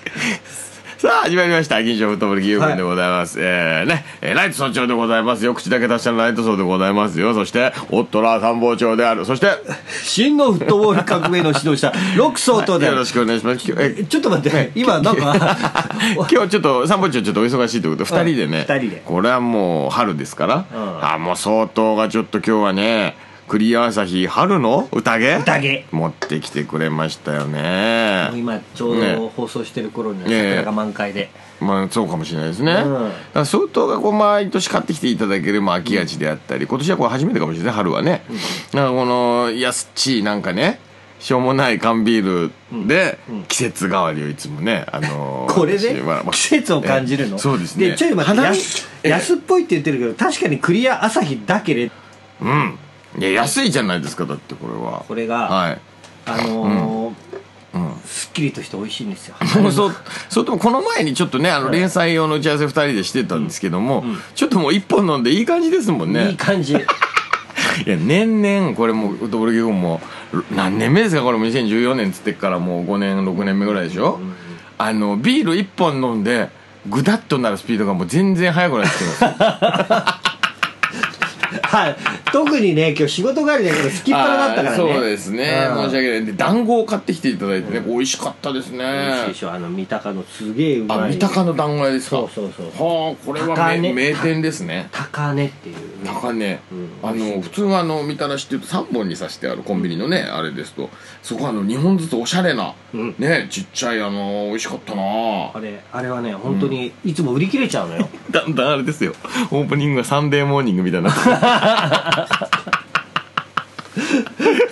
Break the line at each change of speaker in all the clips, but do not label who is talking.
さあ始まりました「銀賞フットボール義勇軍」でございます、えーねえーライト村長でございますよ口だけ達者のライト層でございますよそしてオットラー参謀長であるそして
真のフットボール革命の指導者、ロック総統であ
よ
る
ろしくお願いしますきょえ
ちょっと待って、今なんか、
今日ちょっと参謀長ちょっとお忙しいということで2人でね、
二人で
これはもう春ですから、
ん
あもう相当がちょっと今日はね栗朝日春の宴
宴
持ってきてくれましたよね
今ちょうど
ね
放送してる頃には
ねえ
桜が満開で、
まあそうかもしれないですね、
ん
だから相当がこう毎年買ってきていただける、まあ、秋味であったり、今年はこれ初めてかもしれない春はね、なんかこの安っちいなんかねしょうもない缶ビールで季節代わりをいつもね、あのー
これで
私はまあ
季節を感じるの、
えそうですね
ちょいと待って
花見
安安っぽいって言ってるけど確かにクリア朝日だけれど
うんいや安いじゃないですかだってこれは
これが
はい
あの
う
ー
ん
すっきりとして美味しいんですよ
もうそうそうともこの前にちょっとねあの連載用の打ち合わせ2人でしてたんですけども、ちょっともう1本飲んでいい感じですもんね
いい感じ
いや年々これもうドブルギコンも何年目ですかこれも2014年っつってっからもう5年6年目ぐらいでしょ、あのビール1本飲んでぐだっとなるスピードがもう全然速くなってきてます
はい特にね今日仕事帰りだけど すきっ腹だったからね
あーそうですね
うん
申し訳ないで団子を買ってきていただいてね、美味しかったですね
美味しいでしょあの三鷹のすげえうま
あ
い
三鷹の団子屋ですか
そうそうそう
はあこれは
高
名
値
名店ですね
高値っていう
高値、
うん
あの普通はあのみたらしっていうと3本に刺してあるコンビニのね、あれですとそこはあの2本ずつおしゃれな、
うん
ねちっちゃいあの美味しかったな
あれあれはね本当にいつも売り切れちゃう のよ、
だんだんあれですよオープニングがサンデーモーニングみたい な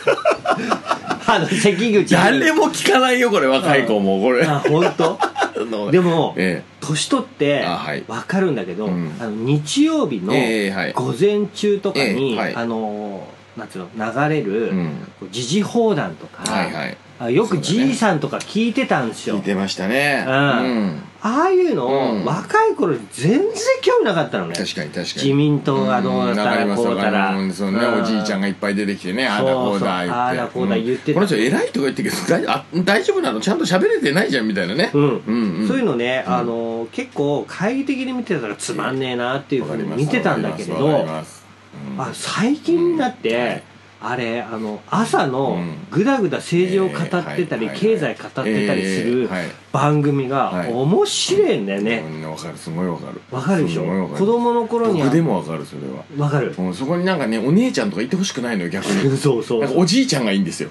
あの関口
誰も聞かないよこれ若い子もこれ
あ本当
あの
でも、
え
年取って
あはい
分かるんだけど、
うん
あの日曜日の
ええはい
午前中とか
え
に、
えはい
あのなんつうの流れ
え
る、
うん
こう時事放談とか、
はいはい
あよく
そうだね
じいさんとか聞いてたんですよ、
聞いてましたね
うんああいうのを、
うん
若い頃に全然興味なかったのね
確かに確かに
自民党がどうだった
わかり
ら
ます
こ
わ
う
か
だ
り
ら、
ますそうね
う
お
ん
じいちゃんがいっぱい出てきてねああだこ
そううそう
だ言って
ああだこうだ言ってた
この人偉いとか言ってるけど大あ大丈夫なのちゃんと喋れてないじゃんみたいなね
うん
うんうん
そういうのね、
うん
あの結構懐疑的に見てたらつまんねえなっていう
わか
ふう
り
に
ます
見てたんだけれ
わかり
ど
ますわかり
あ
ます
最近になって、
うんはい
あれあの朝の
うん
ぐだぐだ政治を語ってたり、
えーはい
経済語ってたりす
え
る
ーはい
番組
は
が
い
面白いんだよ
う
ね
んわかるすごいわかる
わ、かるでしょ
すごいわか
子供の頃には
僕でもわかるそれは
わかる
うんそこになんかねお姉ちゃんとか言ってほしくないのよ逆に
そうそう
なんかおじいちゃんがいいん ですよ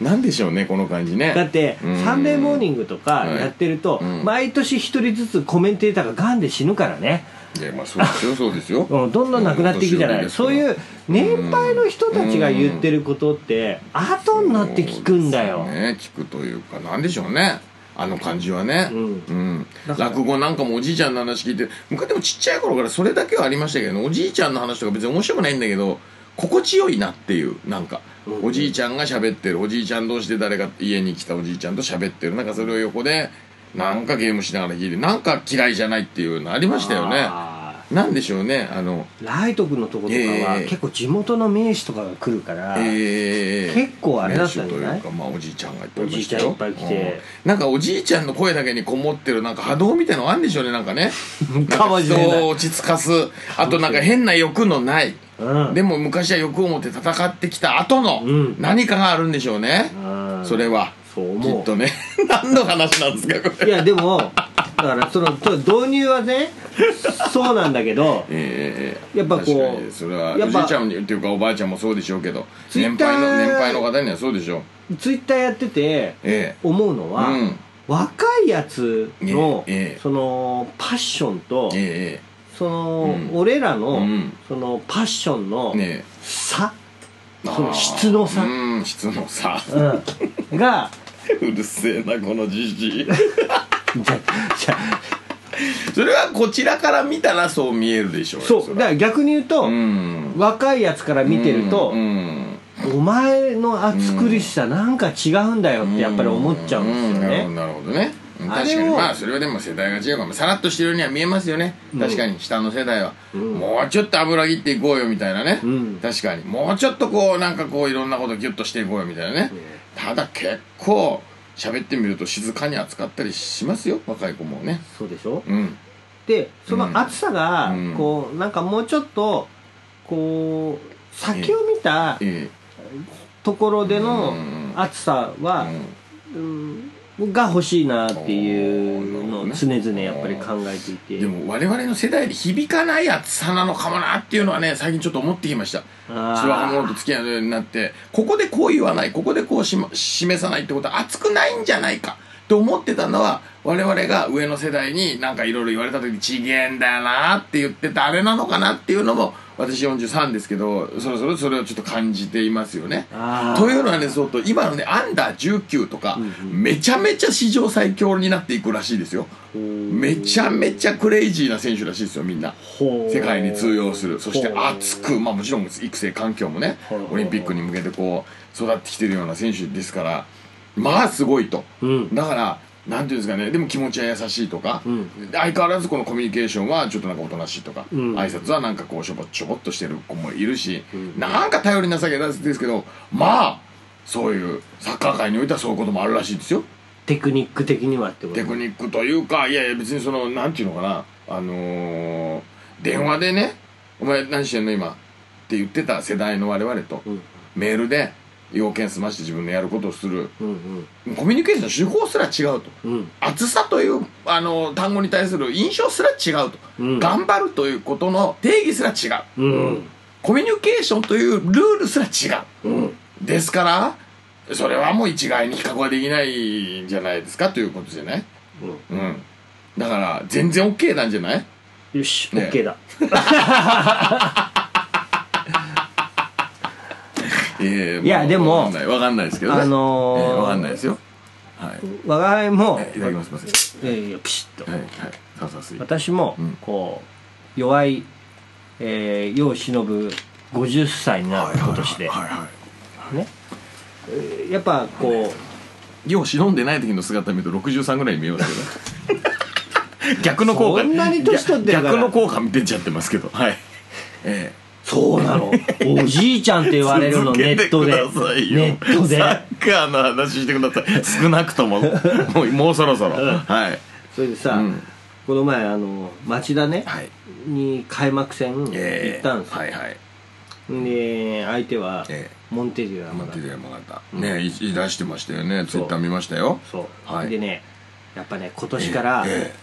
なんでしょうねこの感じね
だって
うん
「サンデーモーニング」とかやってると
はいうん
毎年一人ずつコメンテーターがガンで死ぬからね
いやまあそうですよそうですよ
うんどんどんなくなっていくじゃな
うん年寄りで
い
すから
そういう年配の人たちが言ってることって後になって聞くんだ
そ
よ
うですね聞くというかなんでしょうねあの感じはね、
うん
うん
だから
落語なんかもおじいちゃんの話聞いて昔でもちっちゃい頃からそれだけはありましたけどねおじいちゃんの話とか別に面白くないんだけど心地よいなっていうなんか、
うん
おじいちゃんが喋ってるおじいちゃん同士で誰か家に来たおじいちゃんと喋ってるなんかそれを横でなんかゲームしながら聞いてなんか嫌いじゃないっていうのありましたよね
あ
なんでしょうねあの
ーライト君のとことかは
ええ
結構地元の名士とかが来るから
ええ
結構あれだったんじゃ
名
ない
手というか、まあ、おじいちゃんがいっぱいいました
おじいちゃんいっぱい来て
うんなんかおじいちゃんの声だけにこもってるなんか波動みたいのあるんでしょうねなんかね
かもしれない
んか人を落ち着かすあとなんか変な欲のない、
うん
でも昔は欲を持って戦ってきた後の
うん
何かがあるんでしょうね、
うん
それは
そう
き
思
っ
う
とね 何の話なんですかこ
い
れ
やでもだからそのちょ導入はねそうなんだけど
ええ
やっぱこう
確かにそれは
や
お
っぱ
じいちゃんにっていうかおばあちゃんもそうでしょうけど
ツイ
年
ッター
配の年配の方にはそうでしょう
ツイッターやってて
ええ
思うのは、
うん
若いやつの、
ええええ
そのパッションと、
え
その、
うん
俺らの、
うん
そのパッションの
えねえ
差、
あー
その質の差、
うん質の差
うんが
うるせえなこのじ じい
じゃじゃ
それはこちらから見たらそう見えるでしょうよ
そう
れ
だ
は
から逆に言うと、
うん
若いやつから見てると、
うん
お前の暑苦しさなんか違うんだよってやっぱり思っちゃうんですよね、
うんなるほどなるほどねうん
あ
確
れを
かにまあそれはでも世代が違うかもさらっとしてるようには見えますよね
うん
確かに下の世代は、
うん
もうちょっと油切っていこうよみたいなね、
うん
確かにもうちょっとこうなんかこういろんなことギュッとしていこうよみたいなね、ただ結構喋ってみると静かに扱ったりしますよ若い子もね
そうでしょ
うん
でその暑さが、
うん
こうなんかもうちょっとこう先を見た
え
ところ
え
での
うん
暑さは、うんが欲しいなっていうのを常々やっぱり考えていて
でも我々の世代で響かない暑さなのかもなっていうのはね最近ちょっと思ってきました
あ
血は刃物と付き合うようになってここでこう言わないここでこうし、ま、示さないってことは熱くないんじゃないかと思ってたのは我々が上の世代になんかいろいろ言われた時「ちげえんだよな」って言ってたあれなのかなっていうのも私43ですけどそろそろそれをちょっと感じていますよね。
あー
というのはねそうと今のねアンダー19とか、めちゃめちゃ史上最強になっていくらしいですよめちゃめちゃクレイジーな選手らしいですよみんな。
ほう
世界に通用するそして
ほう
熱く、まあ、もちろん育成環境もね
ほうほう
オリンピックに向けてこう育ってきてるような選手ですからまあすごいと、
うん
だからなんていうんですかねでも気持ちは優しいとか、
うん
相変わらずこのコミュニケーションはちょっとなんかおとなしいとか、
うん
挨拶はなんかこうしょぼっちょぼっとしてる子もいるし、
ん
なんか頼りなさげなんですけどまあそういうサッカー界においてはそういうこともあるらしいですよ。
テクニック的にはってこと
テクニックというかいやいや別にそのなんていうのかなあのー電話でね「お前何してんの今」って言ってた世代の我々と、
うん
メールで要件済まして自分のやることをする
うん
コミュニケーションの手法すら違うと
うんうん
熱さというあの単語に対する印象すら違うと、
うん
頑張るということの定義すら違う
うん
コミュニケーションというルールすら違う、ですからそれはもう一概に比較はできないんじゃないですかということじゃないうん。だから、全然 OK なんじゃない
よし、
ね
OK だ
え
いやで
わか
も
んないわかんないですけどね。
あのー
ええわかんないですよ。はい。
我が輩も、
えいただきます、すいませ
えーピシッと
ん。はい、はい。さあさあすい。
私も
うん
こう弱い、えー、世を忍ぶ50歳になる今年で、
はい、は
ねえーやっぱこ
い。よう忍んでない時の姿見ると63ぐらいに見えます けど。逆の効果。
そんなに年取ってるから
逆の効果出ちゃってますけど。はい。ええ。
うそう なのおじいちゃんって言われるの
続
ネ
け
ッ
て
ト
く
でネ
ださいよ
ットで
サッカーの話してください少なくとももうもうそろそろ、はい
それでさ、
うん
この前あの町田ね
はい
に開幕戦行
ええ
ったんですよ、
はいはい
で相手は
え
モンテディオ
マ
山
ン
田
ティ山形ねい言い出してましたよねツイッター見ましたよ
そう、
はい
でねやっぱね今年から、
ええ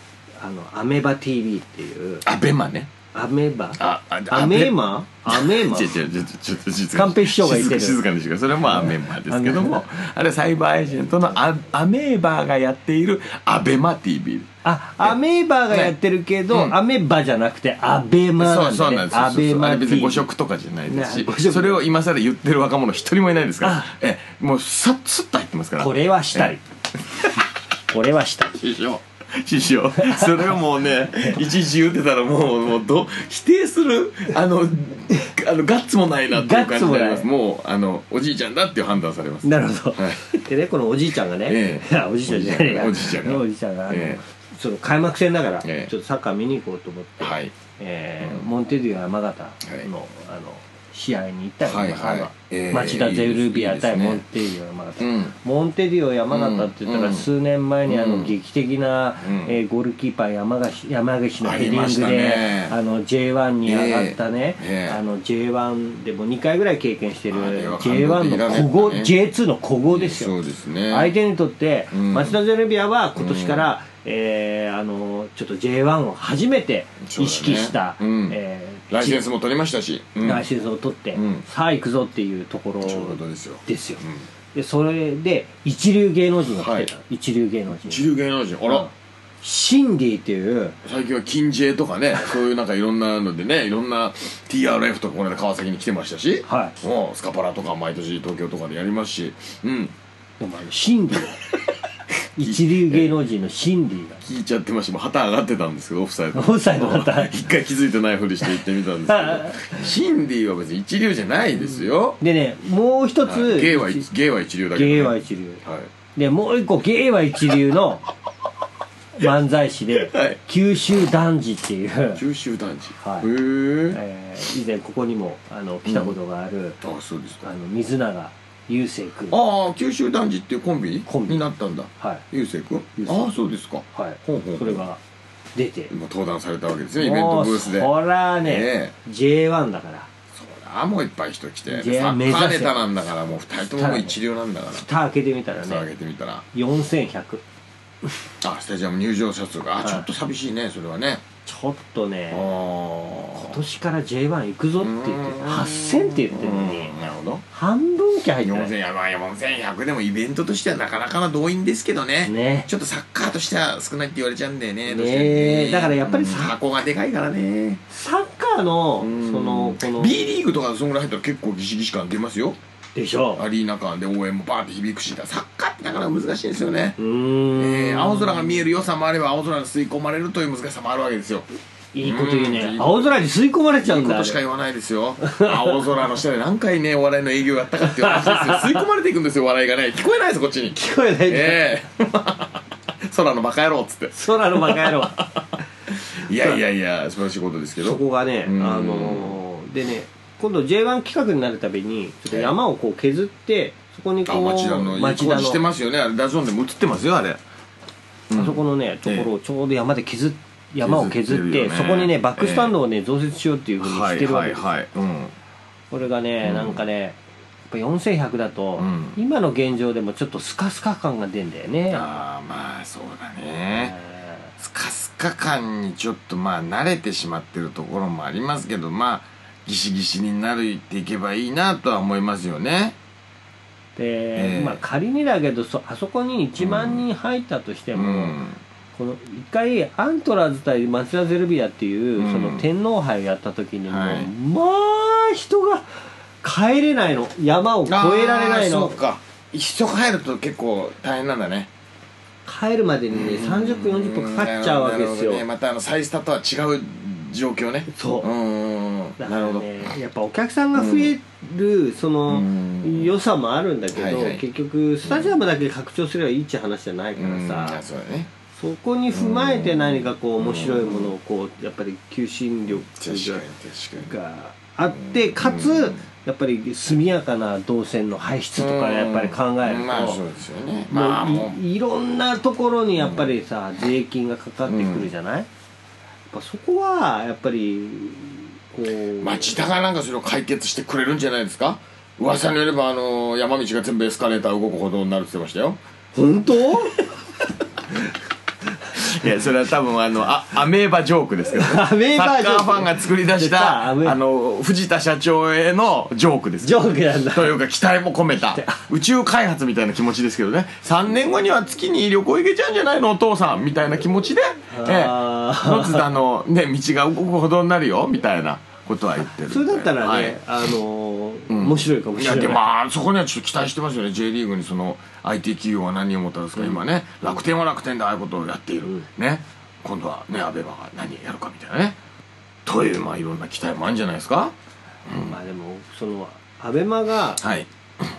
あのアメバ TV っていう
アベマね
アメバ
ああ
アメーマアメーマ
ちょちょちょちょちょ静
寛平師匠が言ってる
静かにしてくださいそれもアメーバですけども あれサイバーエージェントのアアメーバーがやっているアベマ TV
あアメーバがやってるけど、
ねうん
アメーバじゃなくてアベマ
そ
な
うんそ
だ
うなん
ね
ですよ
ア
そ
ベ
うそうあ
マ
れ別に
TV
誤植とかじゃないです
ね誤
し
植
それを今更言ってる若者一人もいないですか
あ
らええもうさっつった言ってますから
これはした いこれはしたい
師匠師匠それをもうねいちいち言ってたらもうもうど否定するあのあのガッツもないなっていう感じになりま
ガッ
す
ツ
もうあのおじいちゃんだっていう判断されます
なるほど、
は
でねこのおじいちゃんがね、
ええ
い やおじいちゃんじゃないや
おじいちゃんが
おじいちゃんがあの
ええ
その開幕戦だから、
ええ
ちょっとサッカー見に行こうと思って、
はい
えーモンテディオ山形の,、あの試合に行ったの、
はいはい
今
ええ
町田ゼルビア対
いいですね
モンテディオ山形、
うん
モンテディオ山形って言ったら、
うん
数年前にあの
うん
劇的な、
うん
えーゴールキーパー山口山口のヘデ
あり
ィ
ま
ン
し
グ
た
で、
ね
あの J1 に上がったね、
ええええ
あの J1 でも2回ぐらい経験してる
あれは感動的
J1 の
だね
古豪、
ね
J2 の古豪ですよ
そうですね
相手にとって、
うん
町田ゼルビアは今年から、えーあのちょっと J1 を初めて意識した、
そうだねうん
えー
ライセンスも取りましたし、うん
ライセンスを取って、
うん
さあ行くぞっていうところ
そういうことですよ
ですよ
うん
でそれで一流芸能人が来てた、
はい
一流芸能人
一流芸能人あら、
シンディっていう
最近は金 J とか ねそういうなんかいろんなのでねいろんな TRF とかこの間川崎に来てましたし、
は
もうスカパラとか毎年東京とかでやりますしうん
でもあのシ ンディ一流芸能人のシンディが
聞いちゃってましたもう旗上がってたんですけどオフサイド
オフサイドだっ た
一回気づいてないふりして行ってみたんです けどシンディは別に一流じゃないですよ、
でねもう一つ、
はい芸は一芸は一流だけど、ね、
芸は一流
はい
でもう一個芸は一 流の漫才師で、
はい
九州男児っていう、
九州男児、
はい
へえ
えー以前ここにもあの来たことがある、
あそうですか
あの水永雄星君は
ああ九州男児っていうコンビ
コンビ
になったんだ
い
ゆうせいくん
ゆうせい
ああそうですか
はい
ほうほう
それが出て
今登壇されたわけですよイベントブースで
もうそらね、
え
J1 だから
そりゃもういっぱい人来てサ
いや
ッカー
目指
ネ
せ
タなんだからもう二人とももう一流なんだから
蓋開けてみたら
蓋上
ね
げてみたら
4100
あスタジアム入場者数があ
はい
ちょっと寂しいねそれはね
ちょっと
あ
ね
あ
今年から J1 行くぞって言って
うん
8000って言ってるのに
うんなるほど
半分き入ってない
4100まあ4100でもイベントとしてはなかなかな動員ですけどね
ね
ちょっとサッカーとしては少ないって言われちゃうんだよね
ね
どうしてもね
だからやっぱり
うん
さ
箱がでかいからね
サッカーの
そ
そのこの
B リーグとかそんぐらい入ったら結構ギシギシ感出ますよ
でしょ
アリーナ感で応援もバーって響くしサッカーってなかなか難しいんですよね
う、ーん、
えー青空が見える良さもあれば青空に吸い込まれるという難しさもあるわけですよ
いいこと
う
言う
んい
ね
いこと
青空に吸い込まれちゃ
い
うん
いこ
だ
としか言わないですよ青空の下で何回ねお笑いの営業やったかっていう話ですよ吸い込まれていくんですよ笑いがね聞こえないですこっちに
聞こえないんだ、
ええ 空のバカ野郎っつって
空のバカ野郎
いやいやいや素晴らしいことですけ
そ
ど
こがね、
うん
あのーでね今度 J1 企画になるたびにちょっと山をこう削ってそこにこ
あ
う
町田の
町田
工事してますよねあれダゾーンでも映ってますよあれうん
あそこのねところをちょうど山で削っ山を削って
削ってるよね
そこにねバックスタンドをね、増設しようっていうふうにしてるわけです、
はいはいはいうん
これがね、
うん
なんかねやっぱ4100だと、
うん
今の現状でもちょっとスカスカ感が出んだよね
ああまあそうだ
え
ねスカスカ感にちょっとまあ慣れてしまってるところもありますけどまあギシギシになるっていけばいいなとは思いますよね
ーで、
ええ
まあ仮にだけどそあそこに1万人入ったとして
う
も、
ん
この一回アントラーズ対町田ゼルビアっていう、
うん
その天皇杯をやった時にも、
はい
まあ人が帰れないの山を越えられない
あー
の
そうか人が入ると結構大変なんだね
帰るまでにね30分40分かかっちゃうわけです
なるほ
よ、
どねまたあの再スタとは違う状況ね
そう
うんうん
だか
なる
ら
ほど
ねやっぱお客さんが増える、その、
うん
良さもあるんだけど、
はいはい
結局スタジアムだけ拡張すればいいって話じゃないか
うん
ら
あ
さ、
そうだね
そこに踏まえて何かこう
うん
面白いものをこうやっぱり求心力
確かに確かに
があってか
う
つ
ん
やっぱり速やかな動線の排出とかやっぱり考えると、
うんまあそうですよね
もう
まあもう
いいろんなところにやっぱりさ、税金がかかってくるじゃない、やっぱそこはやっぱりこう
町田がなんかそれを解決してくれるんじゃないですか噂によればあの山道が全部エスカレーター動く歩道になるって言ってましたよ
本 当
いやそれは多分あのあアメーバジョークですけど、ね、
アメーバジョ
サッ
ーク
カーファンが作り出し
出た
た
ア
あ
メ
の藤田社長へのジョークです
ジョークなんだ
というか期待も込めた宇宙開発みたいな気持ちですけどね3年後には月に旅行行けちゃうんじゃないのお父さんみたいな気持ちでええ
あー
のつだの、ね、道が動くほどになるよみたいなことは言ってる
それだったらね、
はい
あのー面白いかも
い
しれ
や
ない
でもまあそこにはちょっと期待してますよね J リーグにその IT 企業は何をもたらすか、今ね楽天は楽天でああいうことをやっている、ね今度はねアベマが何やるかみたいなねというまあいろんな期待もあるんじゃないですか
まあでもそのアベマが
はい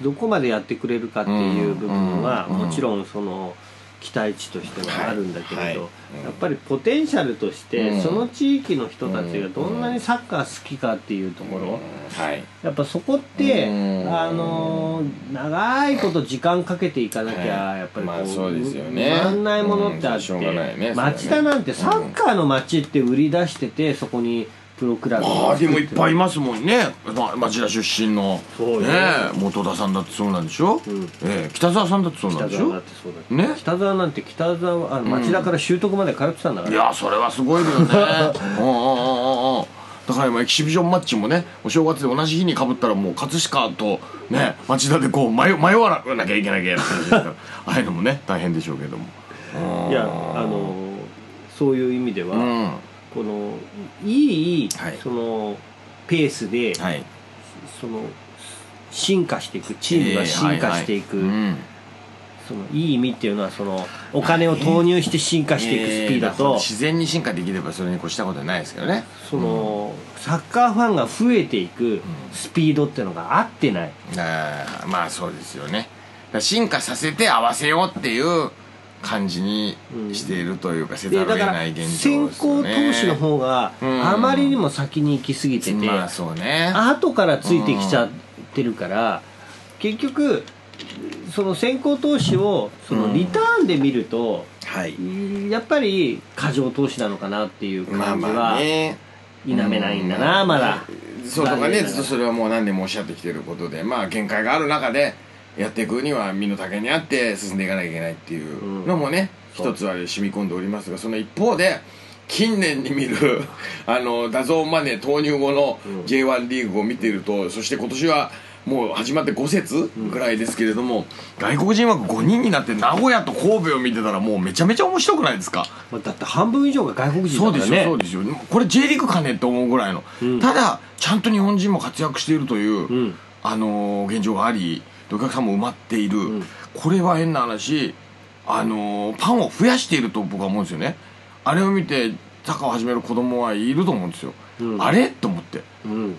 どこまでやってくれるかっていう部分は
うんうん
もちろんその期待値としてはあるんだけれど、
はい
やっぱりポテンシャルとして、
うん
その地域の人たちがどんなにサッカー好きかっていうところ、
はい
やっぱそこって、
うん
あのー長いこと時間かけていかなきゃ、
はい
やっぱり
まあそうですよね
埋まんないものって
う
あっ
ん
て、
しょうがないね
町
それ
田
はね
なんてサッカーの町って売り出してて、そこにプロクラブ
ああでもいっぱいい
い
ますもんね、ま、町田出身の
そうよ
ねえ元田さんだってそうなんでしょ、
うん
ええ北沢さんだってそうなん
北
でし
沢だ
ょ
ってそうだ
ね
北沢なんて北沢あの町田から習得まで通ってたんだか
い
ら、
やそれはすごいよね うんうんうんうんうんだから今エキシビションマッチもねお正月で同じ日にかぶったらもう葛飾とね町田でこう迷迷わなきゃいけなきゃいけないって感じ ですからああいうのもね大変でしょうけどもうん
いやあのーそういう意味では、
うん
このいい、
はい
そのペースで、
はい
その進化していくチームが進化していく、
えーはいはいうん
そのいい意味っていうのはそのお金を投入して進化していくスピード
えー
と、
自然に進化できればそれに越したことはないですけどね
そのサッカーファンが増えていくスピードっていうのが合ってない、
あーまあそうですよねだから進化させて合わせようっていう感じにしているというか、せざる
で
を
だ
得
か
な
ら
い現状
先
です
行
よね
投資の方が
うん
あまりにも先に行き過ぎてて、
まあそうね
後からついてきちゃってるから、結局その先行投資をそのリターンで見ると、
はい
やっぱり過剰投資なのかなっていう
まあ
感じ
まあ
は
ね
否めないんだな、
うん
まだ
そうとかね
残念ながら
ずっとそれはもう何年もおっしゃってきてることでまあ限界がある中でやっていくには身の丈に合って進んでいかなきゃいけないっていうのもね、
うん
一つは染み込んでおりますがその一方で近年に見る あのダゾーンマネー投入後の
うん
J1 リーグを見ているとそして今年はもう始まって5節ぐらいですけれども、外国人枠5人になって名古屋と神戸を見てたらもうめちゃめちゃ面白くないですか
まあだって半分以上が外国人
そう
だ
で
から
すよ
ね
そうですよこれ J リーグかねって思うぐらいの、
うん
ただちゃんと日本人も活躍しているという、
うん
あのー現状がありお客さんも埋まっている、
うん
これは変な話あのーパンを増やしていると僕は思うんですよねあれを見てサッカーを始める子供はいると思うんですよ、
うん
あれと思って
うん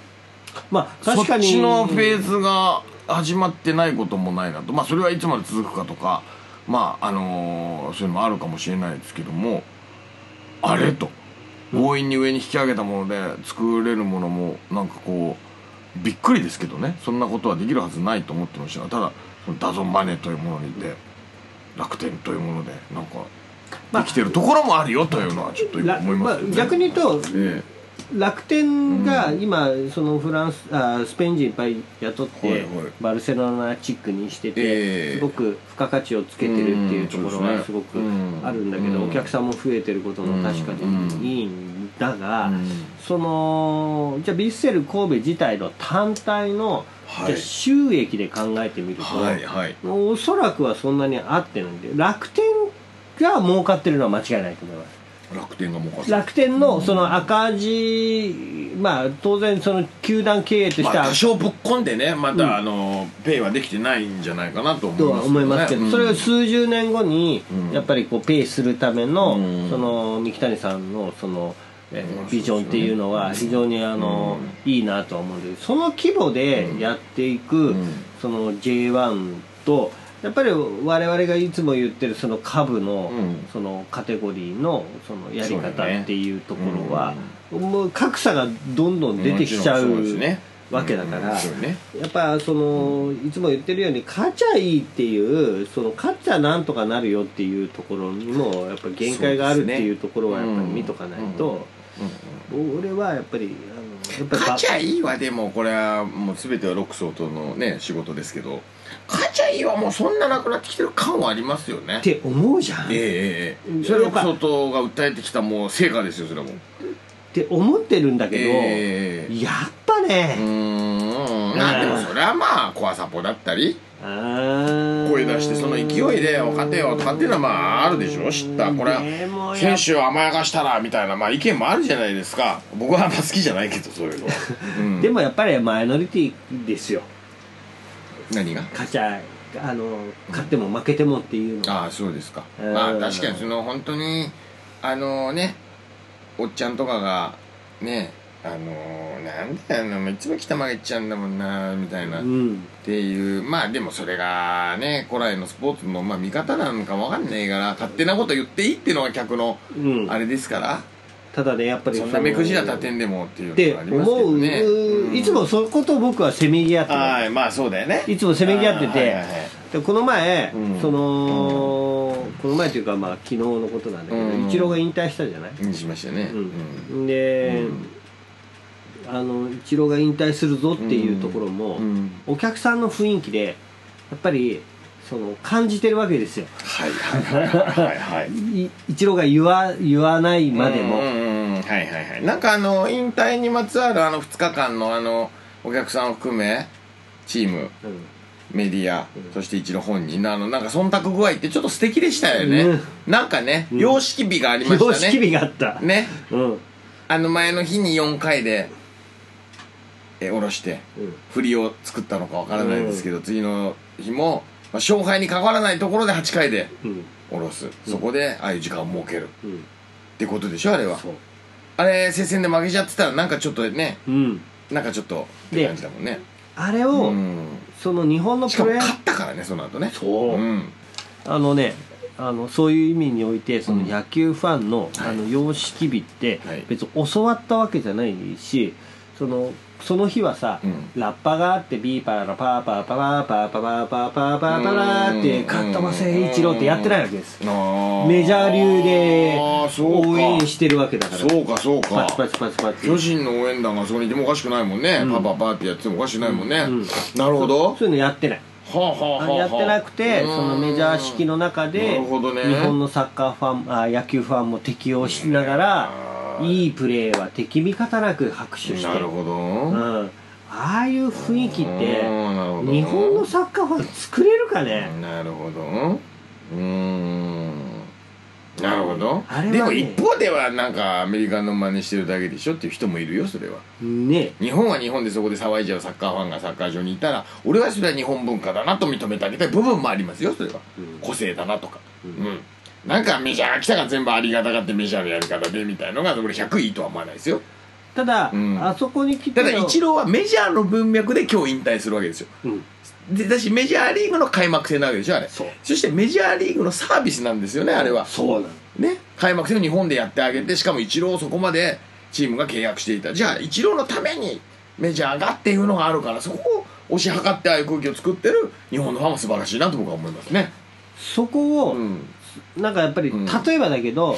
まあ確かに
そっちのフェーズが始まってないこともないなとまあそれはいつまで続くかとかまああのーそういうのもあるかもしれないですけどもあれと強引に上に引き上げたもので作れるものもなんかこうびっくりですけどねそんなことはできるはずないと思ってましたがただそのダゾンマネーというものにで楽天というものでなんか
まあ
できてるところもあるよというのはちょっと今思いますよ
ら
ね。
あ逆に言うと
え
楽天が今そのフランスあスペイン人いっぱい雇っ
はいは
て
い
バルセロナチックにして
ええ
てすごく付加価値をつけてるっていうところ
うん
はすごく
そうですね
あるんだけ
う
ど
ん
お客さんも増えてることも確かにいいんだ
え
が
うん
そのじゃあヴィッセル神戸自体の単体の
はい
じゃあ収益で考えてみる
はいはい
とおそらくはそんなに合ってるんで楽天が儲かってるのは間違いないと思います。
楽天がもうかった
楽天のその赤字、まあ、当然、その球団経営として
まあ、
は
多少ぶっ込んでねまた、
うん
あのペイはできてないんじゃないかなと思い
と
ま
は
す
思いますけど、それを数十年後に
うん
やっぱりこうペイするための,、
うん
その三木谷さんのその、えー
まあ
ビジョンっていうのは非常にあの、いいなとは思うんでその規模でやっていく、
うん
その J1 とやっぱり我々がいつも言ってるその株の,、
うん
そのカテゴリーのそのやり
そうだ
方
ね
っていうところは、もう格差がどんどん出てきちゃう
もろんそうですね
わけだから。
うんそうね
やっぱそのいつも言ってるように勝ちゃいいっていうその勝っちゃなんとかなるよっていうところにもやっぱ限界があるっていうところはやっぱり見とかないと、俺はやっぱりあのやっぱり
勝ちゃいいはでもこれはもう全てはロックソーとのね仕事ですけど勝ちゃいいはもうそんななくなってきてる感はありますよね
っ、て思うじゃん、
ええ
っ
ええええそれはロックソートが訴えてきたもう成果ですよそれはもう
て思ってるんだけど、
ええ
やっぱ
う
ね、
ーんまあでもそれはまあコアサポだったり
あー
声出してその勢いで若手よとかっていうのはまああるでしょ知ったこれ
でもや
選
っ
手を甘やかしたらみたいな、まあ、意見もあるじゃないですか僕はあんま好きじゃないけどそう いうのは、うん
でもやっぱりマイノリティですよ
何が
勝ちゃあの勝っても負けてもっていうのは
ああそうですか、
うん
まあ確かにその本当にあのねおっちゃんとかがねあのなんであのいつも北曲げちゃうんだもんなみたいな、
う
っ
ん
ていうまあでもそれがね古来のスポーツの、まあ、見方なんかもわかんないから勝手なこと言っていいっていうのが客の
うん
あれですから、
ただねやっぱり
そん
そ
な
の
目くじら立てんでもってい
っ
う
て
のがありますけ
思
ど
う、
ね、うん
いつもそこと僕はせめぎ合って
は
ま
いまあそうだよね
いつもせめぎ合ってて
あーはいはいはい
すでこの前、
うん
その、この前というかまあ昨日のことなんだけど、
うん
イチローが引退したじゃない、
うんしましたね
うん
う
で、
ん
あのイチローが引退するぞっていうところも、
うん
お客さんの雰囲気でやっぱりその感じてるわけですよ
はいはいはいはいはい
いイチローが言わ言わない までも、
うんうんうんはいはいはいなんかあの引退にまつわるあの2日間のあのお客さんを含めチーム
うん
メディア、
ん
そして一の本人のあのなんか忖度具合ってちょっと素敵でしたよね、
うん
なんかね様式美がありま
様
した
式
ね
日があった、
ね
うんうん
あの前の日に4回でえ下ろして振りを作ったのかわからないですけど、次の日も、まあ、勝敗に関わらないところで8回で
うん
下ろすそこでああいう時間を設けるっ
うん
てことでしょあれは
そう
あれ接戦で負けちゃってたらなんかちょっとね
うん
なんかちょっとっ
で
て感じだもんね
あれを、
うん
その日本の
し
プ
かも
ロ野
勝ったからねその後ね
そう
うん
あのねあのそういう意味においてその
うん
野球ファンの,、
はい
あの様式美って
はい
別に教わったわけじゃないし、そのその日はさ、
うん
ラッパがあってビーパーラパーパーパーパーパーパーパーパーパーパーーって
うん
カットマセイチローってやってないわけですメ
メ
ジャー流で応援
て
してるわけだから
そうかそう
パ
か
チパチパチパチ
巨人の応援団がそこにいてもおかしくないもんね、
うん
パパパってやっててもおかしくないもんね、
うん
なるほど
そうそういうのやってない
はあはあはあはあ
やってなくて
うん
そのメジャー式の中
な
で
るほどね
日本のサッカーファンあ野球ファンも適応しながらいいプレーは敵味方なく拍手して
なるほど、
うん、ああいう雰囲気っ
うんなるほ
て
ど
日本のサッカーファン作れるかね
なるほどうーんなるほど、
あれはね
でも一方ではなんかアメリカの真似してるだけでしょっていう人もいるよそれは
ね
日本は日本でそこで騒いじゃうサッカーファンがサッカー場にいたら俺はそれは日本文化だなと認めてあげたい部分もありますよそれは、
うん
個性だなとか
う
うんん、なんかメジャーが来たから全部ありがたがってメジャーのやり方でみたいのが俺100いいとは思わないですよ
ただ、
うん
あそこに来
た
て
だ一郎はメジャーの文脈で今日引退するわけですよ
うん
でだしメジャーリーグの開幕戦なわけでしょあれ
そう
してメジャーリーグのサービスなんですよねあれは
そうなの
ね開幕戦を日本でやってあげてしかもイチローをそこまでチームが契約していたじゃあイチローのためにメジャーがっていうのがあるからそこを推し量ってああいう空気を作ってる日本のファンは素晴らしいなと僕は思いますね
そこを、
うん
なんかやっぱり、
うん
例えばだけ ど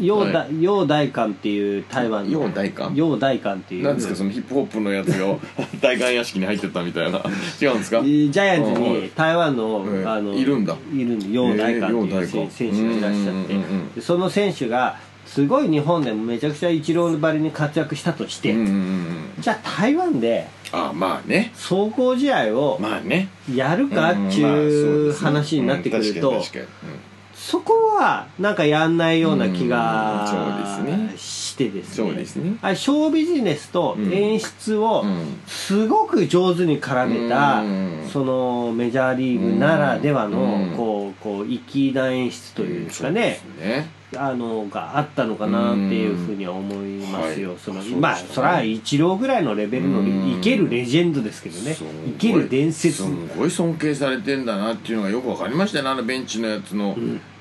楊大楊大官っていう台湾の
楊大官
楊大官っていう
なんですかそのヒップホップのやつが 大官屋敷に入ってったみ たいな違うんですか
えージャイアンツ
う
に
ん
台湾の,、
ええ
あの
いるんだ
いるんで楊大官っ
ええ
て
楊
いう
大
選
官
選手がいらっ
うんうんう
しゃって、
んうん
でその選手がすごい日本でもめちゃくちゃイチローばりに活躍したとして、
うんうんうん
じゃあ台湾で
あまあね
壮行試合を
まあね
やるかっちゅう話になってくると、
うんまあそうですねうん確かに確かにうん
そこはなんかやんないような気が
うんそうですね
してですね
そうですね
あれショービジネスと演出を
うん
すごく上手に絡めた、
うん
そのメジャーリーグならではの、
うん
こうこう粋な演出というんですかね、
そうですね
あのがあったのかなっていうふうには思いますよ、
うん
その
はい
まあ
そうですね
それはイチローぐらいのレベルの
うん
いけるレジェンドですけどね
すごい
いける伝説
すんごい尊敬されてんだなっていうのがよくわかりましたよねあのベンチのやつの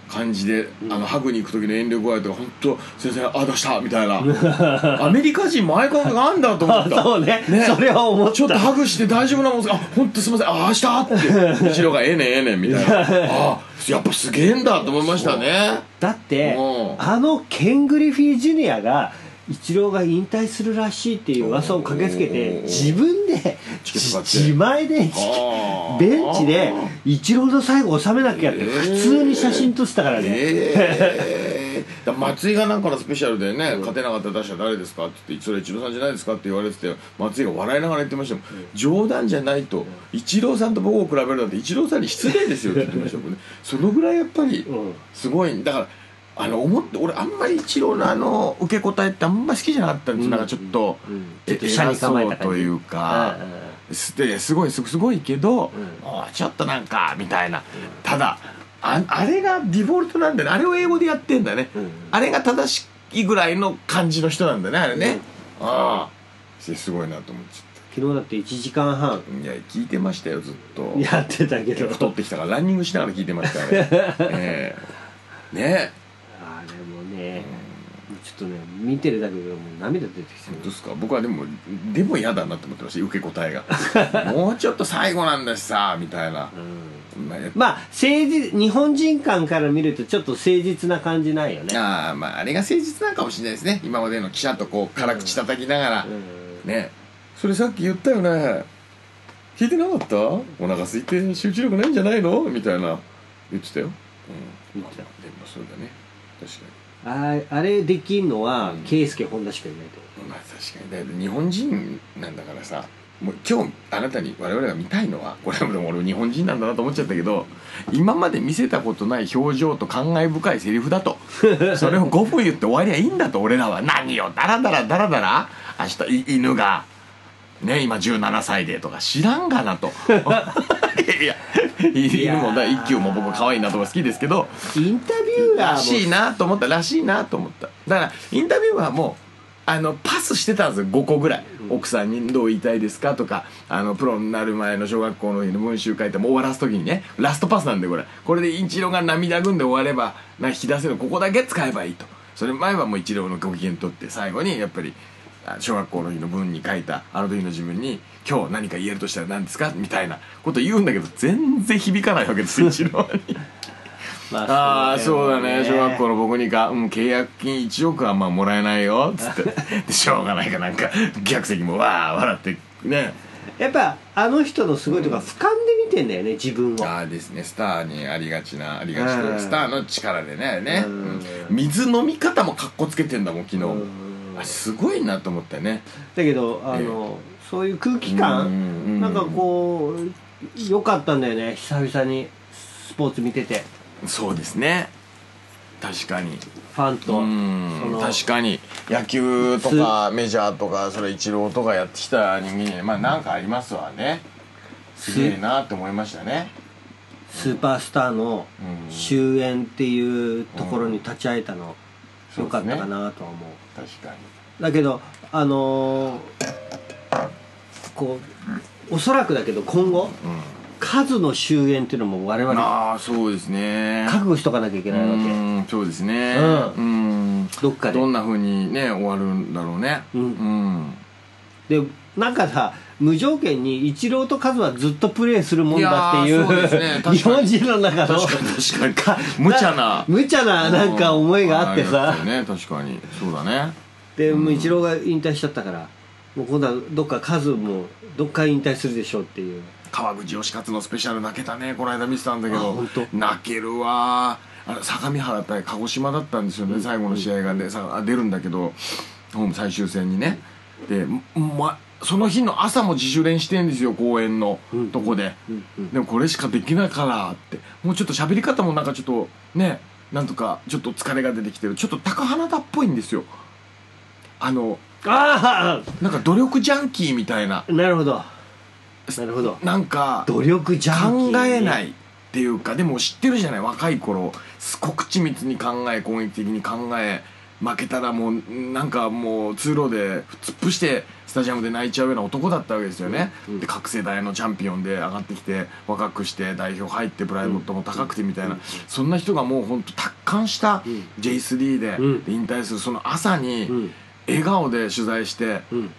感じで、あのハグに行く時の遠慮具合とか本当先生あ出したみたい なアメリカ人前感があんだと思った
そうね
ね
それは思っ
ちょっと
た
ハグして大丈夫なもんですかあ本当すみませんあ明日 って後ろがええねんええねんみたいなあやっぱすげえんだと思いましたね
だって
うん
あのケン・グリフィー・ジュニアがイチローが引退するらしいっていう噂を駆けつけ
お
て
ー
自分で
チケット買って
自前で
あー
ベンチでイチローの最後収めなきゃって
えー
普通に写真撮ってたからね
ええ だから松井がなんかのスペシャルでね、勝てなかった打者誰ですかって言って「それイチローさんじゃないですか?」って言われてて松井が笑いながら言ってましたもん、冗談じゃないとイチローさんと僕を比べるなんてイチローさんに失礼ですよって言ってましたもんねそのぐらいやっぱり
うん
すごいだからあの思って俺あんまりイチローのあの受け答えってあんま好きじゃなかったんです、なんかちょっと、
うんうん
え
ちょっと斜に構えた感
偉
じ
そうというか、
うんうん
すですごいすすごいけど、
うん
もうちょっとなんかみたいなただああれがディフォルトなんだねあれを英語でやってんだね、
うん
あれが正しいぐらいの感じの人なんだねあれね、ああすごいなと思っちゃ
昨日だって1時間半
ったいや聞いてましたよずっと
やってたけど
太ってきたからランニングしながら聞いてましたねええね
あれもねちょっとね見てるだけでもう涙出てきて
どう
る
ですか僕はでもでも嫌だなと思ってました受け答え がもうちょっと最後なんだしさみたいな、
うん
まあやっ
まあ誠実日本人感から見るとちょっと誠実な感じないよね
あーまああれが誠実なのかもしれないですね今までの記者とこう辛口叩きながら、
うん
ねそれさっき言ったよね聞いてなかったお腹空いて集中力ないんじゃないのみたいな言ってたよ、うん、
言ってた
まあでもそうだね確か
ああれできんのは
うん
圭佑、本田しかいないと
にまあ確かにだけど日本人なんだからさもう今日あなたに我々が見たいのはこれはでも俺日本人なんだなと思っちゃったけど今まで見せたことない表情と感慨深いセリフだとそれを5分言って終わりゃいいんだと俺らは何をダラダラダラダラ明日い犬がね今17歳でとか知らんがなといやいや犬もだ一級も僕可愛いなとか好きですけど
インタビュー
ら
が
しいなと思ったらしいなと思っただからインタビューはもうあのパスしてたんですよ5個ぐらい、奥さんにどう言いたいですかとかあのプロになる前の小学校の時の文集書いてもう終わらす時にねラストパスなんでこれこれでインチロが涙ぐんで終わればなんか引き出せるここだけ使えばいいとそれ前はもうイチローのご機嫌取って最後にやっぱりあ小学校の日の文に書いたあの時の自分に今日何か言えるとしたら何ですかみたいなこと言うんだけど全然響かないわけですよ一郎に
ま
ああそうだね小学校
の
の僕にか、うん、契約金1億はまあもらえないよっつ ってでしょうがないかなんか客席もわあ笑ってね
やっぱあの人のすごいとこは俯瞰で見てんだよね自分を
ああですねスターにありがちなありがち
うん
なスターの力でねね、
うん
うん水飲み方もかっこつけてんだもん昨日、
うん
あすごいなと思ったね
だけどあの、そういう空気
う
感、
ん
なんかこう良かったんだよね久々にスポーツ見てて
そうですね確かに
ファンとそ
うん
の
確かに野球とかメジャーとかそれイチローとかやってきた人間にまあなんかありますわねすげえなって思いましたね
スーパースターの
うん
終焉っていうところに立ち会えた
う
の、
ん
良かったかなとは思う
確かに
だけどあのーこうおそらくだけど今後数の終焉っていうのも我
うん
々
ああそうですね
覚悟しとかなきゃいけないわけ、
うんそうですね
う
うん
どっかで
どんなふうにね終わるんだろうね
うん
ん
でなんかさ無条件にイチローとカズはずっとプレーするもんだっていう
いやーそうですね確かに
日本人の中
確
の
かに確かに無茶な
無茶ななんか思いがあってさ
う、んありますよね確かにそうだね
でもうイチローが引退しちゃったからもう今度はどっかカズもどっか引退するでしょうっていう
川口義勝のスペシャル泣けたねこの間見てたんだけ
あ
ど
本当
泣けるわあれ相模原対鹿児島だったんですよね、最後の試合がでさあ出るんだけどホーム最終戦にねで、ま、その日の朝も自主練してんですよ公園の
うん
とこで、
うんうん
でもこれしかできないからってもうちょっと喋り方もなんかちょっとねなんとかちょっと疲れが出てきてるちょっと高花田っぽいんですよあの
あ
なんか努力ジャンキーみたいな
あなるほどなるほど
なんか
努力じゃん
考えないいっていうかでも知ってるじゃない若い頃すごく緻密に考え攻撃的に考え負けたらもうなんかもう通路で突っ伏してスタジアムで泣いちゃうような男だったわけですよね、
うん
で各世代のチャンピオンで上がってきて若くして代表入ってプライドも高くてみたいな、
うん
そんな人がもうほんと達観した
うん
J3 で
うん
で引退するその朝
う
に
ん
笑顔で取材して
うん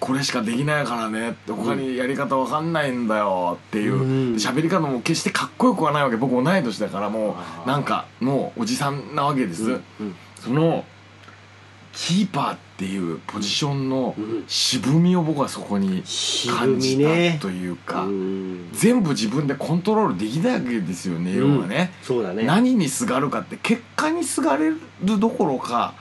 これしかできないからねって他にやり方わかんないんだよっていう
うん
で喋、り方も決してかっこよくはないわけ僕同い年だからも
あー
うなんかもうおじさんなわけです、
うん
そのキーパーっていうポジションの
うん
渋みを僕はそこに
渋
感
み
じた
ね
というか、
うん
全部自分でコントロールできないわけですよね
うん
要はね、
そうだね
何にすがるかって結果にすがれるどころか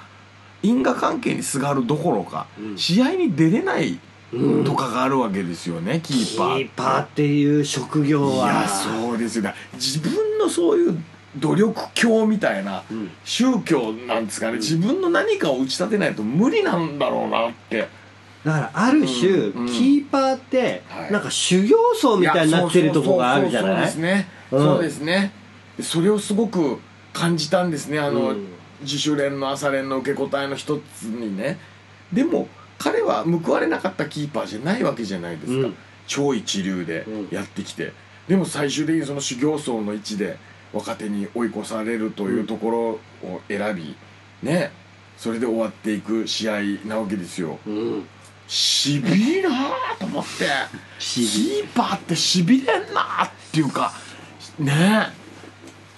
因果関係にすがるどころか、
うん
試合に出れない
うん
とかがあるわけですよね、キ
キ
ーパー
ーパーっていう職業
い
は
やそうですよだから自分のそういう努力狂みたいな
うん
宗教なんですかね、
うん
自分の何かを打ち立てないと無理なんだろうなって
だからある種、
うんうん
キーパーって
はい
なんか修行僧みたいになってるとこがあるじゃない
やそうそうそうそうですね、
うん
そうですねそれをすごく感じたんですねあの、
うん
自主練の朝練の受け答えの一つにねでも彼は報われなかったキーパーじゃないわけじゃないですか、
うん
超一流で
うん
やってきて、でも最終的にその修行僧の位置で若手に追い越されるというところを選びねそれで終わっていく試合なわけですよ
うん
しびいなーと思ってキ
し
ーパーってしびれんなーっていうかね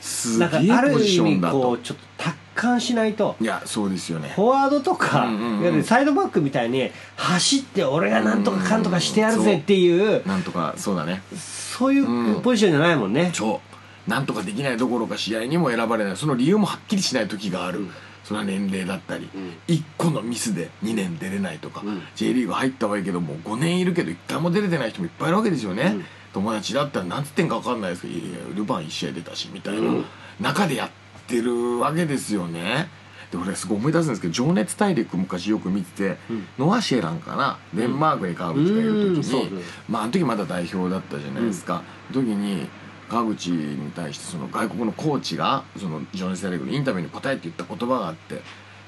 すげ
な
え
んかあ
ポ
る
ジシ
意
ョン
味
だ
ことうちょっと達観しないと
いやそうですよね
フォワードとか、
うんうんうん
いわゆるサイドバックみたいに走って俺がなんとかかんとかしてやるぜっていう、
なんとかそうだね
そ
う
ういうんポジションじゃないもんね、
そうなんとかできないどころか試合にも選ばれないその理由もはっきりしない時がある、
うん
それは年齢だったり、
うん
1個のミスで2年出れないとか、
うん
J リーグ入ったはいいけどもう5年いるけど1回も出れてない人もいっぱいいるわけですよね、
うん
友達だったら何つってんか分かんないですけどいやいやルヴァン1試合出たしみたいな、
うん
中でやってるわけですよねで俺すごい思い出すんですけど「情熱大陸」昔よく見てて、
うん
ノア・シェランかなデンマークに川口がいる時に、
うんそう
まああの時まだ代表だったじゃないですか、時に川口に対してその外国のコーチがそのジョネス・ダレグのインタビューに答えて言った言葉があって、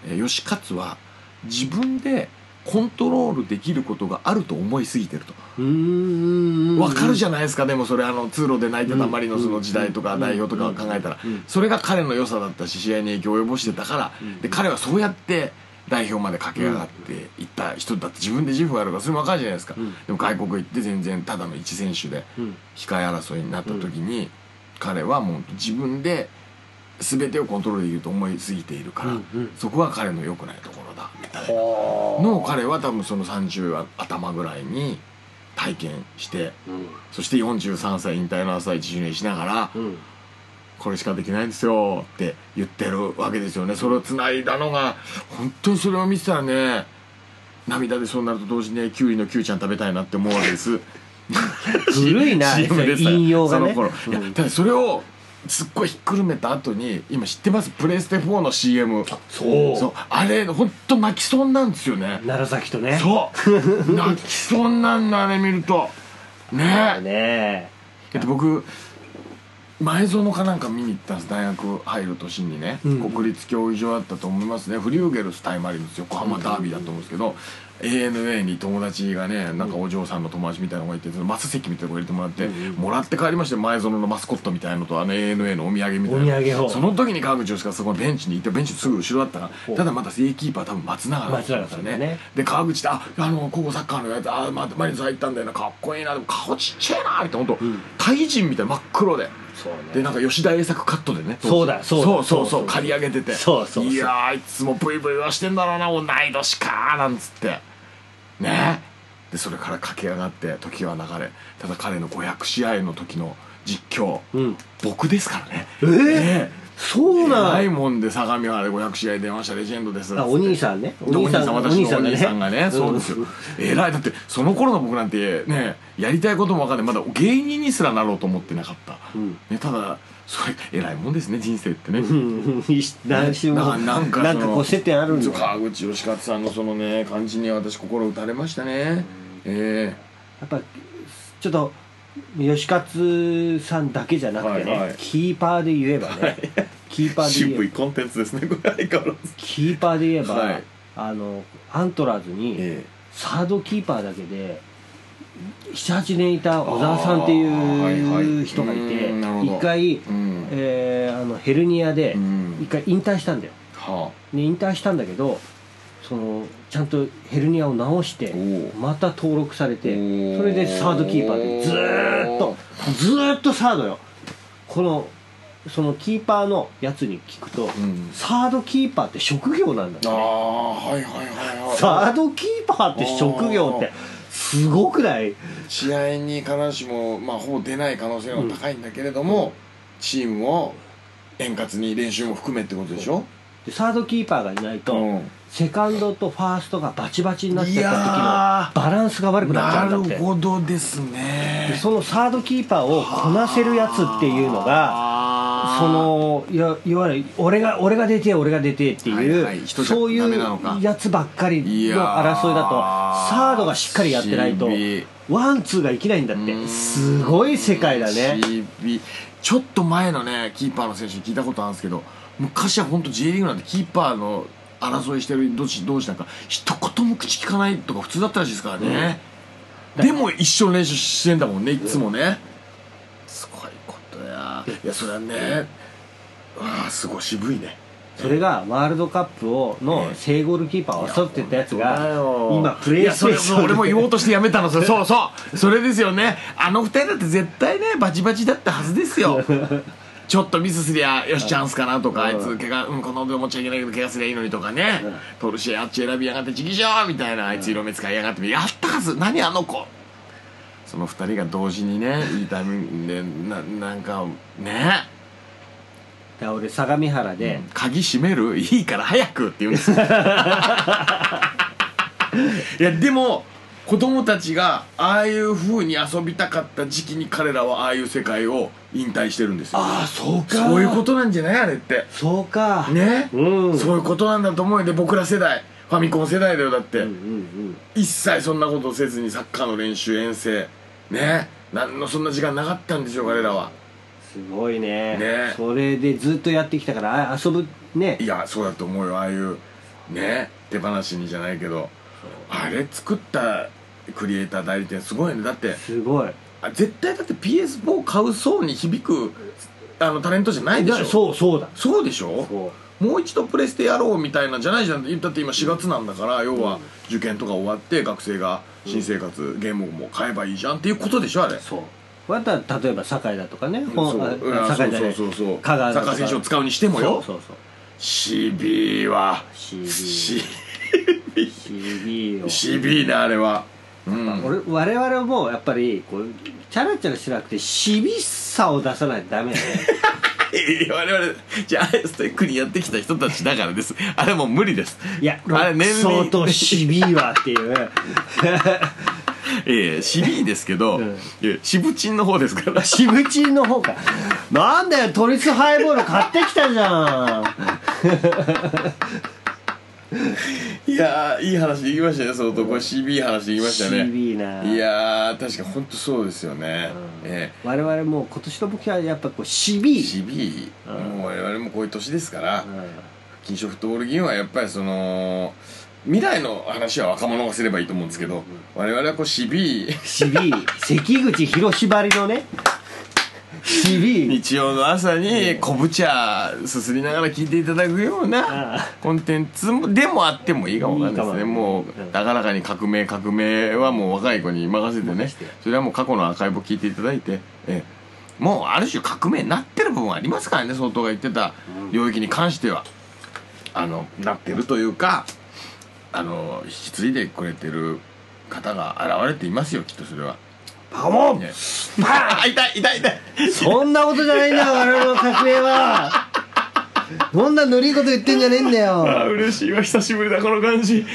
えー吉勝は自分でコントロールできることがあると思いすぎてると
うーん
わかるじ
ゃ
ゃないですかでもそれあの通路で泣いてたマリノスの時代と
う
か
ん
代表とかを考えたら
うん
それが彼の良さだったし試合に影響を及ぼしてたから
うん
で彼はそうやって代表まで駆け上がっていった人だって自分で自負があるからそれもわかるじゃないですか、
うん
でも外国行って全然ただの一選手で
うん
控え争いになった時に、彼はもう自分で全てをコントロールできると思いすぎているから、
うんうん
そこは彼の良くないところだみたいなのを
の
彼は多分その30頭ぐらいに体験して
うん
そして43歳引退の朝一周年しながら、
うん
これしかできないんですよって言ってるわけですよねそれを繋いだのが本当にそれを見てたらね涙でそうなると同時にねキュウリのキュウちゃん食べたいなって思うわけです
古いな
CM でした
引用がね
その頃、
うん
いやただそれをすっごいひっくるめた後に今知ってますプレステ4の CM
そう
そうあれ本当泣きそうになんですよね
奈良崎とね
そう泣きそうになんだあれ見るとねえ
ね
だって僕前園かなんか見に行ったんです大学入る年にね、
うん
国立競技場だったと思いますねフリューゲルス対マリノス横浜ダービーだと思うんですけど、ANA に友達がねなんかお嬢さんの友達みたいなのがいてそのマス席みたいなの入れてもらって、
うん
もらって帰りまして前園のマスコットみたいなのとあの ANA のお土産みたい
お
な
土産を
その時に川口義がそこのベンチにいてベンチのすぐ後ろだったからただまた正キーパー多分松永
松永さんだね
で川口で「ああの高校サッカーのやつあまマリノス入ったんだよなかっこいいなでも顔ちっちゃいな」って本当、
ん
タイ人みたいな真っ黒で。
そう
でなんか吉田栄作カットでね
そうだそうだ
そうそう
そう
そ
そう
う刈り上げてて
そうそうそう
やーあいつもブイブイはしてんだろうな同い年かーなんつってねでそれから駆け上がって時は流れただ彼の500試合の時の実況、
うん
僕ですからね
えー
え
そうな
ない
ん
もんで相模原で500試合出ましたレジェンドです
あお兄さんね
お兄さん
お
私
兄
の
さ
お
んが
兄
ね
さんがねそうですよえらいだってその頃の僕なんてねやりたいことも分かんないまだ芸人にすらなろうと思ってなかった、
うん
ね、ただそれえらいもんですね人生ってね、
うん何週も
なんか
なんか
その
こう接点あるんだ
川口義勝さんのそのね感じに私心打たれましたね、え
やっぱちょっと吉勝さんだけじゃなくてね、
はいはい
キーパーで言えばね、キー
え
パーで言えば
コンテンツですねこれ相変わらず
キーパーで言えば、
はい
あのアントラーズに
え
サードキーパーだけで78年いた小沢さんってい
あーはいは
う
い
人がいて
うんなるほど
一回、
うん
えーあのヘルニアで
うん
一回引退したんだよ
えは
で引退したんだけどそのちゃんとヘルニアを治して
おー
また登録され
お
て
ー
それでサードキーパーでずーっとずーっとサードよこのそのキーパーのやつに聞くと、
ん
サードキーパーって職業なんだ
ああー
ね
はいはいはいはい
サードキーパーって職業ってすごくない
試合に必ずしも、まあ、ほぼ出ない可能性が高いんだけれども、チームを円滑に練習も含めってことでしょ、
でサードキーパーがいないと、
うん
セカンドとファーストがバチバチになっちゃった時
いや
のバランスが悪くなっちゃ
な
うんだ
る
って
ほどです
で
ね
そのサードキーパーをこなせるやつっていうのが
あー
そのいやいわゆる俺が俺が出てえ俺が出てえっていう、
はいはい人じゃ
そうい
ダメなのか
うやつばっかりの
いやー
争いだとサードがしっかりやってないと
CB
ワンツーがいけないんだってすごい世界だね
CB ちょっと前のねキーパーの選手に聞いたことあるんですけど昔は本当 J リーグなんてキーパーの争いしてる同士同士なんか一言も口聞かないとか普通だったらしいですからね、でも一緒に練習してんだもんねいつもね、すごいことやいやそれはねああすごい渋いね
それがワールドカップをの正ゴールキーパーを育てたやつ
いや
が
本当だ
今
よ
プレイステー
いや
シ
そ
ョン
れ俺も言おうとしてやめたのそれそうそうそれですよねあの二人だって絶対ねバチバチだったはずですよちょっとミスすりゃよしチャンスかなとかあいつ怪我、うん、この腕持っちゃいけないけど怪我すりゃいいのにとかね、トルシエあっち選びやがってちぎしょみたいなあいつ色目使いやがってやったはず何あの子その二人が同時にねいいタイミングでななんかね
だから俺相模原で、
鍵閉めるいいから早くって言うんです よいやでも子供たちがああいう風に遊びたかった時期に彼らはああいう世界を引退してるんですよ
ああそうか
そういうことなんじゃないあれって
そうか
ね、
うん
そういうことなんだと思うよで僕ら世代ファミコン世代だよだって、
うんうん
一切そんなことせずにサッカーの練習遠征ね何のそんな時間なかったんでしょう彼らは
すごいね
ね
それでずっとやってきたからあ遊ぶね
いやそうだと思うよああいうね手放しにじゃないけどあれ作ったクリエイター代理店すごいねだって
すごい
あ絶対だって PS4 買う層に響くあのタレントじゃないでしょ
そうそうだ
そうでしょ
そう
もう一度プレステやろうみたいなんじゃないじゃんだって今4月なんだから要は受験とか終わって学生が新生活、ゲームをもう買えばいいじゃんっていうことでしょあれ
そうまた例えば堺だとかね
そう
本あ
うん
堺じゃない
そうそうそう
香川だと
坂選
か
手を使うにしても
そう
よ
そうそう
CB は
CB CB を
CB ねあれは うん
俺我々もやっぱりこうチャラチャラしなくてしびさを出さないとダメだね
いや我々じゃあストイックにやってきた人たちだからですあれもう無理です
いや
あれ年
相
齢
当しびわっていう
ええしびですけど、
うん
いやしぶちんの方ですから
しぶちんの方かなんだよトリスハイボール買ってきたじゃん
いやーいい話できましたね相当これ CB いい話できましたね
CB ない
やー確か本当そうですよね、え
我々もう今年の目標はやっぱこう
え
CB、
CB、
うん
もう我々もこういう年ですから、
うん、
金賞フットボール議員はやっぱりその未来の話は若者がすればいいと思うんですけど、我々はこう CB
CB 関口広縛りのね CB
日曜の朝に昆布茶すすりながら聞いていただくよう
あ
な
あ
コンテンツもでもあってもいいかもわかんないですね
いいかも
もう
うん
高らかに革命革命はもう若い子に任せてね
任せて
それはもう過去のアーカイブを聞いていただいてええもうある種革命になってる部分ありますからね相当が言ってた領域に関してはあのなってるというかあの引き継いでくれてる方が現れていますよきっとそれは。
パモン
ねあ 痛い痛い痛い
そんなことじゃないんだよ我々の革命はそんなぬるいこと言ってんじゃねえんだ
あー
よ
嬉しいわ久しぶりだこの感じ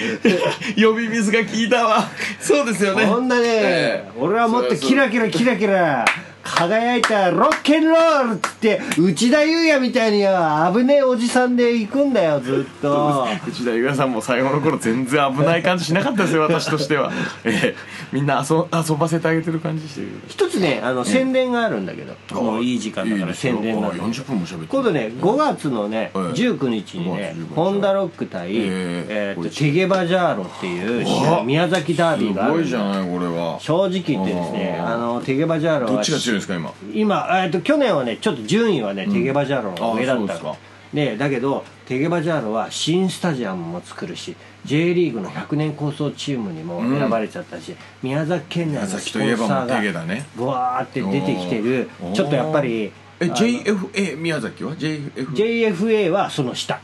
呼び水が効いたわそうですよね
そんなね、
ええ
俺はもっとキラキラキラキラ輝いたロッケンロールっつって内田裕也みたいには危ねえおじさんで行くんだよずっと
内田裕也さんも最後の頃全然危ない感じしなかったですよ私としては、ええみんな遊遊ばせてあげてる感じしてる
一つねあの宣伝があるんだけど、もういい時間だから宣伝なん
が
で
40分も喋って
今度ね5月のね、
はい
19日にね
5月19日
ホンダロック対、
え
え
ー
ーとチェゲバジャーロっていう
わあ
宮崎ダービーがあ
すご
る
いじゃないこれは
正直言ってですね
うん
あのテゲバジャーロは
どっちが強いんですか今
今、えー、と去年はねちょっと順位はね、テゲバジャーロの方が上だ
あそ
っ
うで
た
すか
のね、だけどテゲバジャーロは新スタジアムも作るし J リーグの100年構想チームにも選ばれちゃったし、宮崎県内の
宮
ス
崎
ポ
といえ
ンサ
ばも
ー
うテゲ
が
だね
ブワーって出てきてる
おー
ちょっとやっぱり
え
あの
JFA 宮崎は JFA
JFA はその下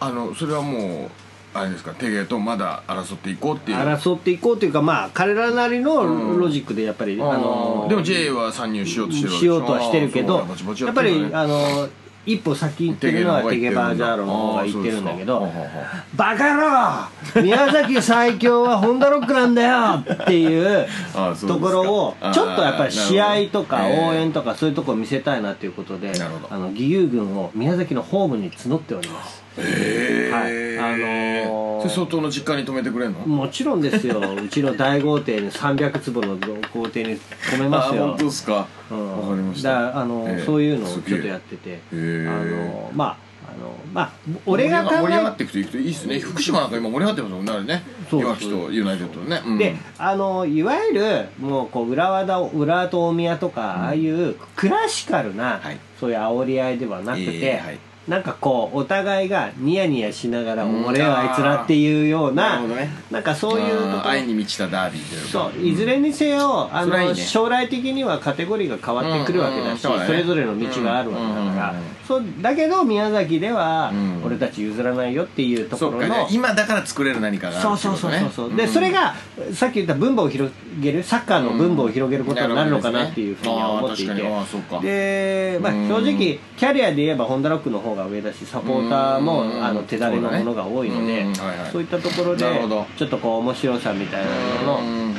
あのそれはもうあれですかテゲとまだ争っていこうっていう
争っていこうというかまあ彼らなりのロジックでやっぱり、あの
でも J は参入しようとしてるわけ
しようとはしてるけど
あーそうぼちぼち
やっぱり
や
あの一歩先行ってるのはテゲバージャーロの方が行ってるんだけ
あー
ど
そうですか
「バカ野郎宮崎最強はホンダロックなんだよ!」っていう
あーそうですか
ところを
あー
ちょっとやっぱり試合と
な
か
るほど
応援とかそういうところを見せたいなということで
なるほど
あの義勇軍を宮崎のホームに募っております。
ええ
はいあのー
それ相当の実家に止めてくれんの
もちろんです ようちの大豪邸に300坪の豪邸に止めま
あ
す
ー
よ
本当ですかわか
うん
りまし
だか
た
らあの、
ええ
そういうのを
すげえ
ちょっとやってて、
え
あのまああのまあ俺が
盛
考
り上が
え
っていくといくといいですね福島なんか今盛り上がってますもんねあれね
そう
いわきとユナイテッドのねうん
であのいわゆるもうこう浦和だ浦和と大宮とか、ああいうクラシカルな、
はい
そういう煽り合いではなくて、
ええはい
なんかこうお互いがニヤニヤしながら「俺はあいつら」っていうよう
あーなる
な
ほどね
なんかそういうとこ
あー愛に満ちたダービーという
そ
か
ういずれにせよ、あ
それは
の
いいね
将来的にはカテゴリーが変わってくるわけだし、
うんうん
そ
うん
れぞれの道があるわけだから、
うんうんうん
そうだけど宮崎では
うん
俺たち譲らないよっていうとこ
そ
ろ
う
の、
かじゃあ今だから作れる何かがある
そうそうそうそうそう、でそれ
が
がさっき言った分母を広げるサッカーの分母を広げることになるのかなっていうふうには思っていて、
うんあー確かにあーそうか
で、まあ、
うん
正直キャリアで言えばホンダロックの方が上だしサポーターも
うん
あの手だれのものが多いので
そうだねうんはいはい
そういったところ
なる
で
ほど
ちょっとこう面白さみたいなののあ
う
の
ん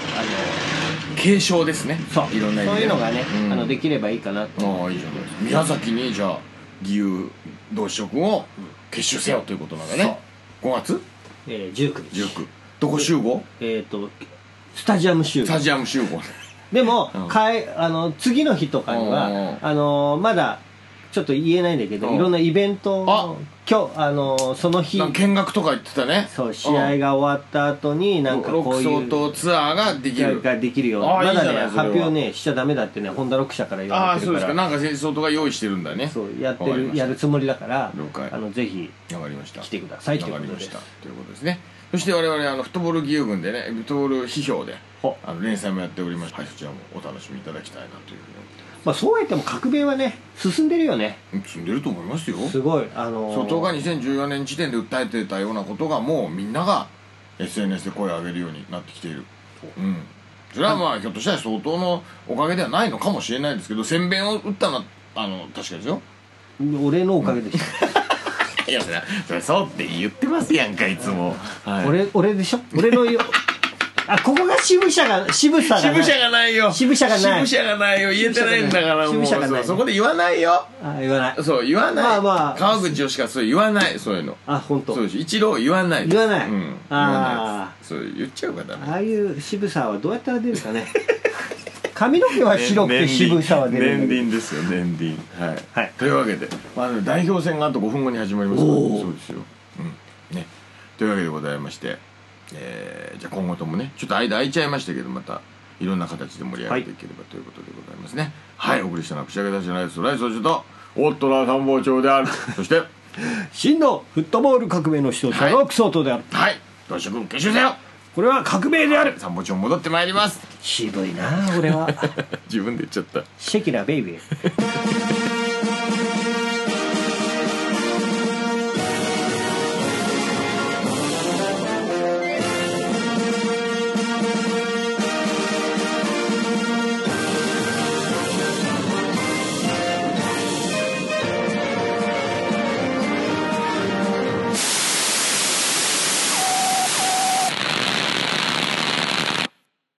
継承ですね
そう
いろんな意
そう
味で
いうのがね、
うん
あのできればいいかなと
ああいいじゃないですか宮崎にじゃあ義勇同志社君を結集せよということなんだね5月
えー、19日
19どこ集合
えっ、とスタジアム集
スタジアム集合
でも、
うん
かえあの次の日とかに
うんうんうん
はあのまだちょっと言えないんだけど、
うん
いろんなイベント
あ
の今日あのその日
なんか見学とか言ってたね
そう試合
が
が終わった後になんかこうい
相
う
当ツアーができる
ができるように
ああ
まだ
いいじゃ
ね
ないそれ
発
は
表ねしちゃダメだってねホンダ6社から言
あ
わ
あ
れて
そう
る
です
か
からなんか相当が用意してるんだね
そうやって
わかりま
る
した
やるつもりだから
了解
あのぜひ
わかりました
来てくださいという
わ
こ
か
と
り
で
ましたということですねそして我々あのフットボール義勇軍でねフットボール批評で
ほ
あの連載もやっておりまして、はい、そちらもお楽しみいただきたいなというふうに思って
まあそうやっても革命はね進んでるよね
ます進んでると思いますよ
すごいあのー
相当が2014年時点で訴えてたようなことがもうみんなが SNS で声を上げるようになってきているうんそれはまあひょっとしたら相当のおかげではないのかもしれないですけど宣弁を打ったのはあの確かですよ
俺のおかげでし
いやそれそれそうって言ってますやんかいつも、
た、
は
俺俺でしょ俺のよあここが渋さが渋さがない
支部者がないよ
支部者がない
支部者がないよ言えてないんだから
支
もう
部者がない支部者がない
そうそこで言わないよ
あ言わない
そう言わない
まあまあ
川口よしかそう言わないそういうの
あ本当
そうです一郎言わない
言わない
うん、言わな
あ
いですそう言っちゃうからダメ
ああいう渋さはどうやったら出るかね髪の毛は白くて渋さは出るんだけど
輪ですよ年輪はい、
はい
というわけで、まあ、代表戦があと5分後に始まりますから
おー
そうですよ、うんね、というわけでございまして、えーじゃあ今後ともねちょっと間空いちゃいましたけどまたいろんな形で盛り上げていければということでございますねはい、お送りしたのは串揚げ出しのライスとライス総長とオットラ参謀長で あるそして
真のフットボール革命の指導者
は
の
い
クソートである、
はい同志君決勝だよ
これは革命である
参謀長戻ってまいります
渋いな俺は
自分で言っちゃった
シェキラベイビー